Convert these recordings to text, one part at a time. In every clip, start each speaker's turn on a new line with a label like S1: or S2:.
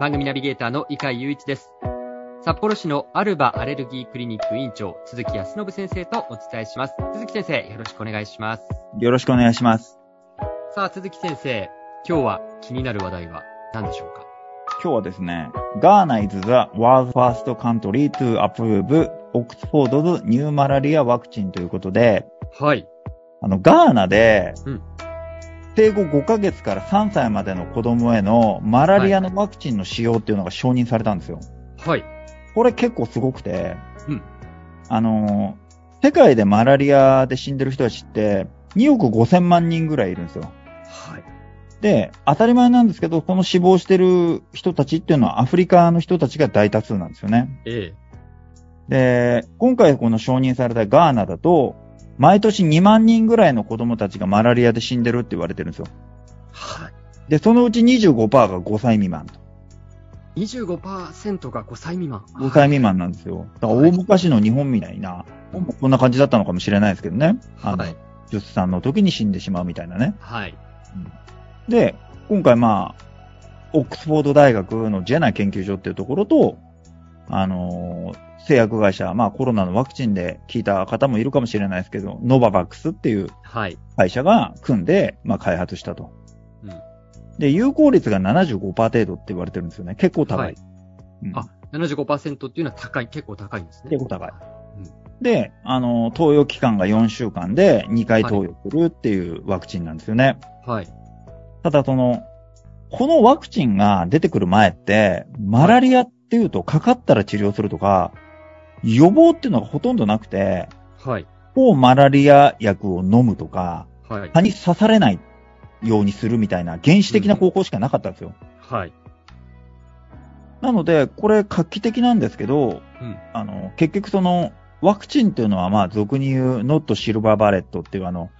S1: 番組ナビゲーターの井海雄一です。札幌市のアルバアレルギークリニック委員長、鈴木康信先生とお伝えします。鈴木先生、よろしくお願いします。
S2: よろしくお願いします。
S1: さあ、鈴木先生、今日は気になる話題は何でしょうか
S2: 今日はですね、Ghana is the world's first country to approve Oxford's new malaria vaccine ということで、
S1: はい。
S2: あの、ガーナで、うん、生後5ヶ月から3歳までの子供へのマラリアのワクチンの使用っていうのが承認されたんですよ。
S1: はい。
S2: これ結構すごくて、
S1: うん。
S2: あの、世界でマラリアで死んでる人たちって2億5千万人ぐらいいるんですよ。
S1: はい。
S2: で、当たり前なんですけど、この死亡してる人たちっていうのはアフリカの人たちが大多数なんですよね。
S1: え
S2: え。で、今回この承認されたガーナだと、毎年2万人ぐらいの子供たちがマラリアで死んでるって言われてるんですよ。
S1: はい。
S2: で、そのうち25%が5歳未満と。
S1: 25%が5歳未満。
S2: 5歳未満なんですよ。だから大昔の日本みたいな、はい、こんな感じだったのかもしれないですけどね。
S1: はい。
S2: 出産の時に死んでしまうみたいなね。
S1: はい。
S2: うん、で、今回まあ、オックスフォード大学のジェナ研究所っていうところと、あのー製薬会社、まあコロナのワクチンで聞いた方もいるかもしれないですけど、ノババックスっていう会社が組んで、まあ開発したと。
S1: うん、
S2: で、有効率が75%程度って言われてるんですよね。結構高い。はい
S1: うん、あ、75%っていうのは高い、結構高いんですね。
S2: 結構高い。うん、で、あの、投与期間が4週間で2回投与するっていうワクチンなんですよね。
S1: はい。
S2: ただその、このワクチンが出てくる前って、マラリアっていうと、かかったら治療するとか、予防っていうのがほとんどなくて、
S1: はい。
S2: 抗マラリア薬を飲むとか、
S1: はい。
S2: 蚊に刺されないようにするみたいな原始的な方法しかなかったんですよ。
S1: うん、はい。
S2: なので、これ画期的なんですけど、
S1: うん、
S2: あの、結局その、ワクチンっていうのはまあ俗に言う、ノットシルバーバレットっていうあの、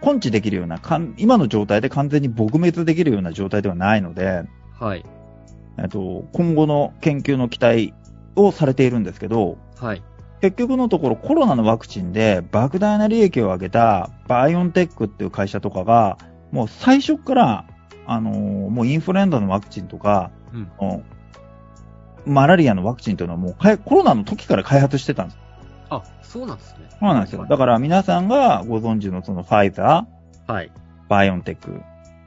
S2: 根治できるような、かん今の状態で完全に撲滅できるような状態ではないので、
S1: はい。
S2: えっと、今後の研究の期待をされているんですけど、
S1: はい。
S2: 結局のところコロナのワクチンで莫大な利益を上げたバイオンテックっていう会社とかが、もう最初から、あのー、もうインフルエンザのワクチンとか、
S1: うん、
S2: マラリアのワクチンというのはもうコロナの時から開発してたんです。
S1: あ、そうなんですね。
S2: そうなんですよ。だから皆さんがご存知のそのファイザ
S1: ー、はい。
S2: バイオンテック、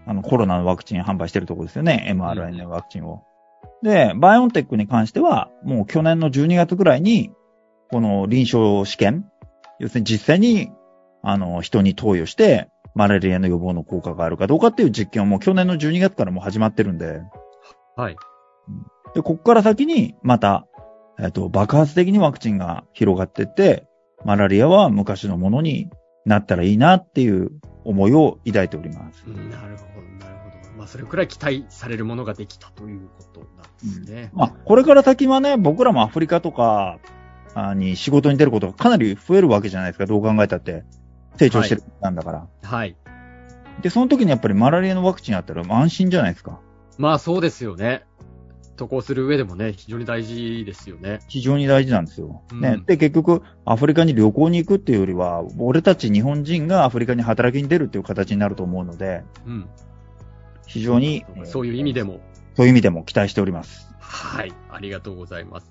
S2: あのコロナのワクチン販売してるところですよね。mRNA ワクチンを。うんで、バイオンテックに関しては、もう去年の12月ぐらいに、この臨床試験、要するに実際に、あの、人に投与して、マラリアの予防の効果があるかどうかっていう実験はもう去年の12月からもう始まってるんで。
S1: はい。
S2: で、ここから先に、また、えっと、爆発的にワクチンが広がってって、マラリアは昔のものになったらいいなっていう思いを抱いております。
S1: なるほど、なるほど。まあ、それくらい期待されるものができたということなんですね。
S2: うん、まあ、これから先はね、僕らもアフリカとかに仕事に出ることがかなり増えるわけじゃないですか、どう考えたって。成長してるなんだから。
S1: はい。
S2: で、その時にやっぱりマラリアのワクチンあったら安心じゃないですか。
S1: まあ、そうですよね。渡航する上でもね、非常に大事ですよね。
S2: 非常に大事なんですよ。うん、ね。で、結局、アフリカに旅行に行くっていうよりは、俺たち日本人がアフリカに働きに出るっていう形になると思うので、
S1: うん。
S2: 非常に、
S1: そういう意味でも、
S2: そういう意味でも期待しております。
S1: はい、ありがとうございます。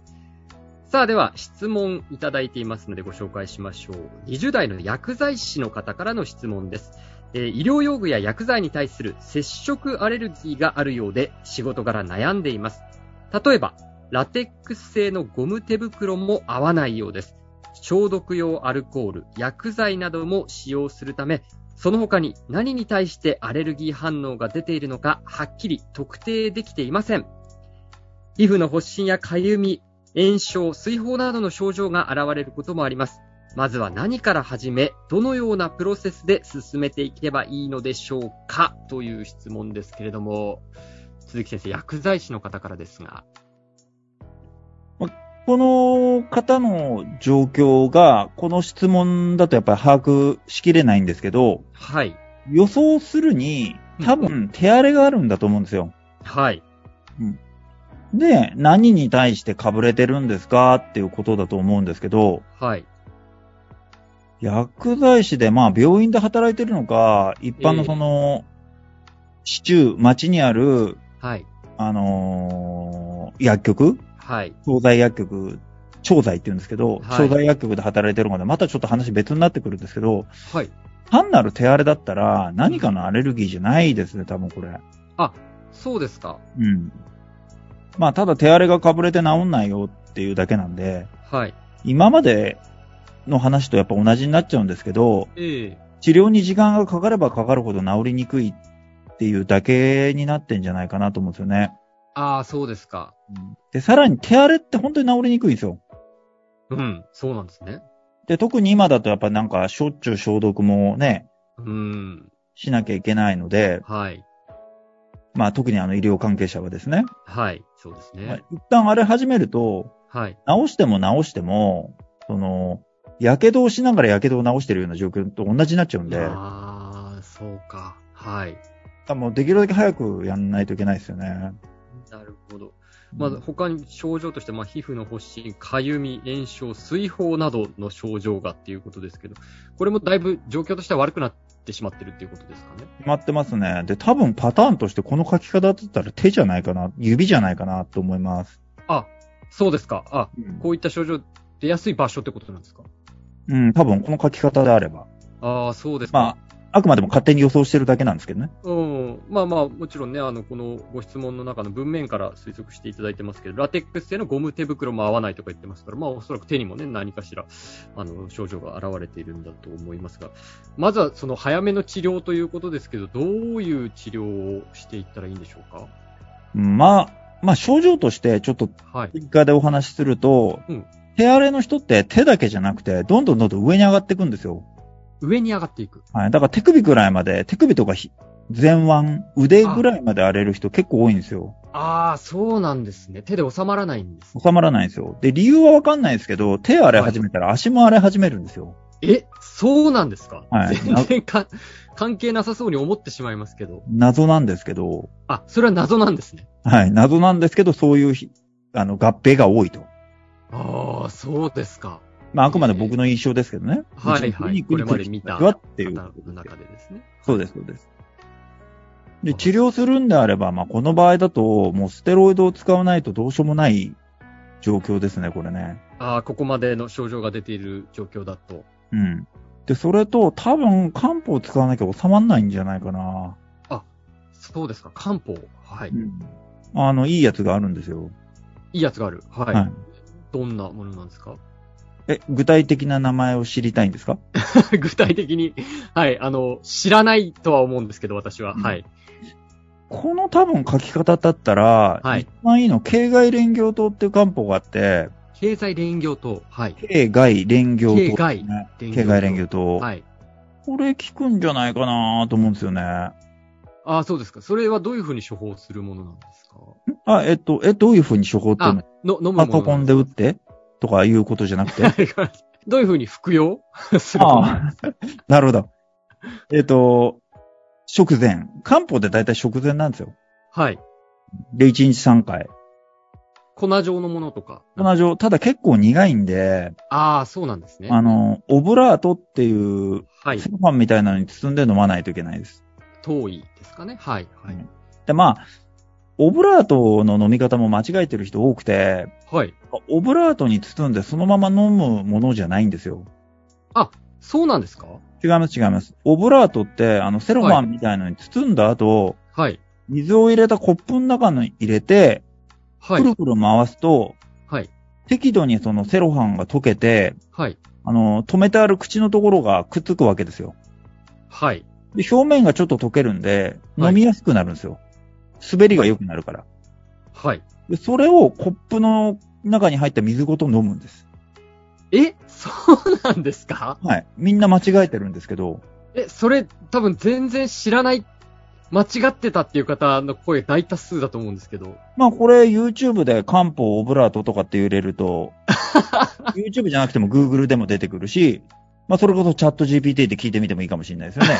S1: さあでは質問いただいていますのでご紹介しましょう。20代の薬剤師の方からの質問です。えー、医療用具や薬剤に対する接触アレルギーがあるようで仕事柄悩んでいます。例えば、ラテックス製のゴム手袋も合わないようです。消毒用アルコール、薬剤なども使用するため、その他に何に対してアレルギー反応が出ているのかはっきり特定できていません。皮膚の発疹やかゆみ、炎症、水泡などの症状が現れることもあります。まずは何から始め、どのようなプロセスで進めていけばいいのでしょうかという質問ですけれども、鈴木先生、薬剤師の方からですが。
S2: この方の状況が、この質問だとやっぱり把握しきれないんですけど、
S1: はい。
S2: 予想するに、多分手荒れがあるんだと思うんですよ。
S1: はい。
S2: で、何に対して被れてるんですかっていうことだと思うんですけど、
S1: はい。
S2: 薬剤師で、まあ、病院で働いてるのか、一般
S1: え
S2: の
S1: え
S2: その、市中、町にある、
S1: はい。
S2: あのー薬局
S1: はい。
S2: 調剤薬局、調剤って言うんですけど、
S1: はい
S2: 調剤薬局で働いてるので、またちょっと話別になってくるんですけど、
S1: はい。
S2: 単なる手荒れだったら、何かのアレルギーじゃないですね、多分これ。
S1: そうですか。
S2: うん。まあ、ただ手荒れがかぶれて治んないよっていうだけなんで、
S1: はい。
S2: 今までの話とやっぱ同じになっちゃうんですけど、
S1: ええ
S2: 治療に時間がかかればかかるほど治りにくいっていうだけになってんじゃないかなと思うんですよね。
S1: ああ、そうですか。
S2: うんで、さらに手荒れって本当に治りにくいんですよ。
S1: うん。そうなんですね。
S2: で、特に今だとやっぱなんかしょっちゅう消毒もね、
S1: うん。
S2: しなきゃいけないので、
S1: はい。
S2: まあ特にあの医療関係者はですね、
S1: はい。そうです
S2: まあ
S1: ね。
S2: 一旦あれ始めると、
S1: はい。
S2: 治しても治しても、その、火傷をしながら火傷を治してるような状況と同じになっちゃうんで、
S1: ああ、そうか。はい。
S2: もうできるだけ早くやんないといけないですよね。
S1: なるほど。まあ、他に症状として、まあ、皮膚の発疹、かゆみ、炎症、水泡などの症状がっていうことですけど、これもだいぶ状況としては悪くなってしまってるっていうことですかね。
S2: 決まってますね。で、多分パターンとしてこの書き方だったら手じゃないかな、指じゃないかなと思います。
S1: そうですか。あ、
S2: うん、
S1: こういった症状出やすい場所ってことなんですか。
S2: うん、多分この書き方であれば。
S1: ああ、そうですか。
S2: まあ、あくまでも勝手に予想してるだけなんですけどね。
S1: うん、まあまあ、もちろんね、あの、このご質問の中の文面から推測していただいてますけど、ラテックス製のゴム手袋も合わないとか言ってますから、まあおそらく手にもね、何かしら、あの、症状が現れているんだと思いますが、まずはその早めの治療ということですけど、どういう治療をしていったらいいんでしょうか
S2: うんまあ、まあ症状としてちょっと
S1: はい。
S2: 追加でお話しすると、
S1: うん
S2: 手荒れの人って手だけじゃなくて、どんどんどんどん上に上がっていくんですよ。
S1: 上に上がっていく。
S2: はい。だから手首くらいまで、手首とかひ前腕、腕ぐらいまで荒れる人結構多いんですよ。
S1: ああ、そうなんですね。手で収まらないんです。
S2: 収まらないんですよ。で、理由はわかんないですけど、手荒れ始めたら足も荒れ始めるんですよ。
S1: え、そうなんですか、
S2: はい
S1: 全然か関係なさそうに思ってしまいますけど。
S2: 謎なんですけど、
S1: あ、それは謎なんですね。
S2: はい。謎なんですけど、そういうひ、あの、合併が多いと。
S1: ああ、そうですか。
S2: まあ、あくまで僕の印象ですけどね。
S1: はい
S2: 一応
S1: は
S2: クリニ
S1: い。
S2: ック
S1: こ
S2: に
S1: れ
S2: 来
S1: ま
S2: る
S1: で見
S2: 人
S1: た
S2: た
S1: 方
S2: ちはっていう。
S1: の中でですね。
S2: そうです、そうです。で、治療するんであれば、まあ、この場合だと、もうステロイドを使わないとどうしようもない状況ですね、これね。
S1: ああ、ここまでの症状が出ている状況だと。
S2: うん。で、それと、多分、漢方を使わなきゃ収まんないんじゃないかな。
S1: そうですか。漢方。はい。
S2: ん。あの、いいやつがあるんですよ。
S1: いいやつがある。はい。
S2: はい
S1: どんなものなんですか
S2: え、具体的な名前を知りたいんですか
S1: 具体的に。はい。あの、知らないとは思うんですけど、私は。
S2: うん
S1: はい。
S2: この多分書き方だったら、
S1: はい
S2: 一番いいの、形外連業糖っていう漢方があって、
S1: 経済連業と、はい。
S2: 形外連業糖、
S1: 形外
S2: ね
S1: 連
S2: 形外連業糖。
S1: はい。
S2: これ効くんじゃないかなと思うんですよね。
S1: ああ、そうですか。それはどういうふうに処方するものなんですか
S2: あ、えっと、え、どういう風に処方っていう
S1: あ
S2: の、
S1: の飲むものな
S2: パ
S1: んす
S2: ソ
S1: か
S2: コンで打ってとかいうことじゃなくて。
S1: どういうふうに服用するの
S2: ああ、 なるほど。えっと、食前。漢方で大体食前なんですよ。
S1: はい。
S2: で、1日3回。
S1: 粉状のものとか。
S2: 同じようただ結構苦いんで、
S1: ああ、そうなんですね。
S2: あの、オブラートっていう、
S1: はい
S2: セ。ロファンみたいなのに包んで飲まないといけないです。
S1: 遠いですかね。はい。は
S2: う
S1: い
S2: ん。で、まあ、オブラートの飲み方も間違えてる人多くて、
S1: はい。
S2: オブラートに包んでそのまま飲むものじゃないんですよ。
S1: そうなんですか
S2: 違います、違います。オブラートって、あの、セロファンみたいなのに包んだ後、
S1: はい。
S2: 水を入れたコップの中に入れて、
S1: は
S2: く
S1: い。
S2: るくる回すと、
S1: はい。
S2: 適度にそのセロハンが溶けて、
S1: はい。
S2: あの、止めてある口のところがくっつくわけですよ。
S1: はい。
S2: で、表面がちょっと溶けるんで、
S1: はい
S2: 飲みやすくなるんですよ。滑りが良くなるから。
S1: はい。
S2: で、それをコップの中に入った水ごと飲むんです。
S1: え、 そうなんですか
S2: はい。みんな間違えてるんですけど、
S1: え、それ、多分全然知らない間違ってたっていう方の声大多数だと思うんですけど。
S2: まあこれ YouTube で漢方オブラートとかって入れ ると、YouTube じゃなくても Google でも出てくるし、まあそれこそチャット GPT で聞いてみてもいいかもしれないですよ ね。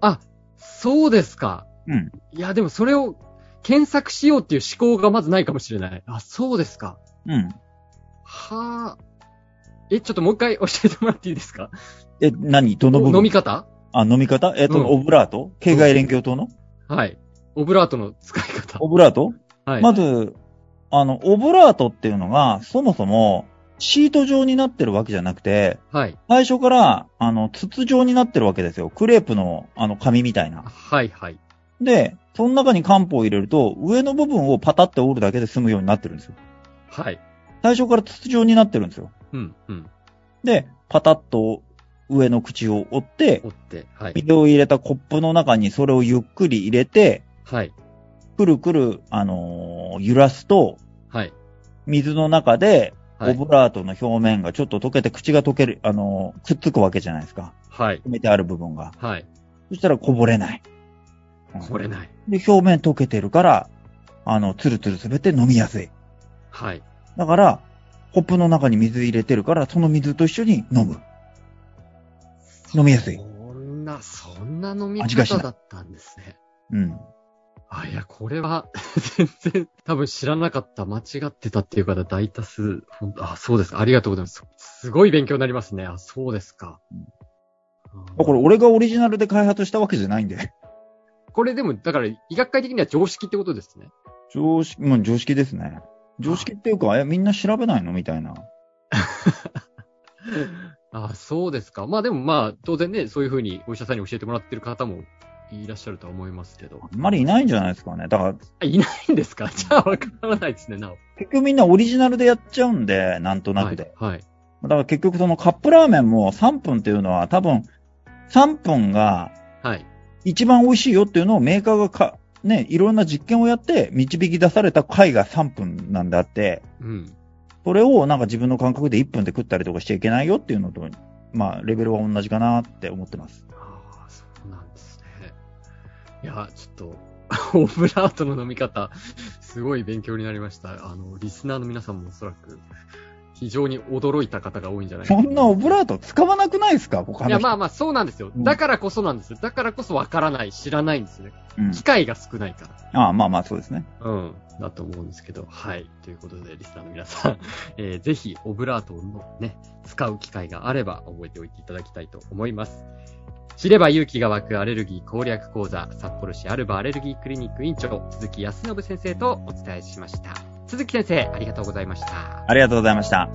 S1: あ、そうですか。
S2: うん。
S1: いや、でもそれを検索しようっていう思考がまずないかもしれない。あ、そうですか。
S2: うん。
S1: はぁ。え、ちょっともう一回教えてもらっていいですか
S2: え、何どの部分
S1: 飲み方
S2: あ、飲み方えっ、と、
S1: うん
S2: オブラート境外連携糖の
S1: はい。オブラートの使い方。
S2: オブラート、
S1: はい。
S2: まず、あの、オブラートっていうのが、そもそも、シート状になってるわけじゃなくて、
S1: はい。
S2: 最初から、あの、筒状になってるわけですよ。クレープの、あの、紙みたいな。
S1: はい、はい。
S2: で、その中に漢方を入れると、上の部分をパタって折るだけで済むようになってるんですよ。
S1: はい。
S2: 最初から筒状になってるんですよ。
S1: うん、うん。
S2: で、パタッと上の口を折って、
S1: 折って、はい。
S2: 水を入れたコップの中にそれをゆっくり入れて、
S1: はい。
S2: くるくる、あのー揺らすと、
S1: はい。
S2: 水の中で、
S1: は
S2: オ
S1: い。
S2: ブラートの表面がちょっと溶けて、口が溶ける、あのーくっつくわけじゃないですか。
S1: はい。
S2: 埋めてある部分が。
S1: はい。
S2: そしたらこぼれない。うん
S1: これない。
S2: で、表面溶けてるから、あの、つるつる滑って飲みやすい。
S1: はい。
S2: だから、コップの中に水入れてるから、その水と一緒に飲む。飲みやすい
S1: そんな、そんな飲み
S2: 味がしな
S1: 方
S2: い
S1: だったんですね。
S2: うん。
S1: あ、いや、これは、 全然、多分知らなかった、間違ってたっていう方大多数、ほんあ、そうですか。ありがとうございます。すごい勉強になりますね。あ、そうですか。あ
S2: あこれ、俺がオリジナルで開発したわけじゃないんで。
S1: これでも、だから、医学界的には常識ってことですね。
S2: 常識、もう常識ですね。常識っていうか、え、みんな調べないのみたいな。
S1: あ、そうですか。まあでもまあ、当然ね、そういうふうにお医者さんに教えてもらってる方もいらっしゃるとは思いますけど。
S2: あんまりいないんじゃないですかね。だから、
S1: あいないんですかじゃあ、わからないですね、なお。
S2: 結局みんなオリジナルでやっちゃうんで、なんとなくで。
S1: はい。はい。
S2: だから結局そのカップラーメンも3分っていうのは多分、3分が
S1: はい。
S2: 一番美味しいよっていうのをメーカーがか、ね、いろんな実験をやって導き出された回が3分なんであって、
S1: うん。
S2: それをなんか自分の感覚で1分で食ったりとかしちゃいけないよっていうのと、まあ、レベルは同じかなって思ってます。
S1: ああ、そうなんですね。いや、ちょっと、 オブラートの飲み方、すごい勉強になりました。あの、リスナーの皆さんもおそらく、非常に驚いた方が多いんじゃないか
S2: そ
S1: と
S2: んなオブラート使わなくないですか他の人。
S1: いや、まあまあ、そうなんですよ。
S2: うん
S1: だからこそなんですよ。だからこそわからない、知らないんですよね。
S2: うん
S1: 機会が少ないから。
S2: ああまあまあ、そうですね。
S1: うん。だと思うんですけど。はい。ということで、リスナーの皆さん、 えーぜひ、オブラートのね、使う機会があれば覚えておいていただきたいと思います。知れば勇気が湧くアレルギー攻略講座、札幌市アルバアレルギークリニック院長、鈴木康信先生とお伝えしました。鈴木先生、ありがとうございました。
S2: ありがとうございました。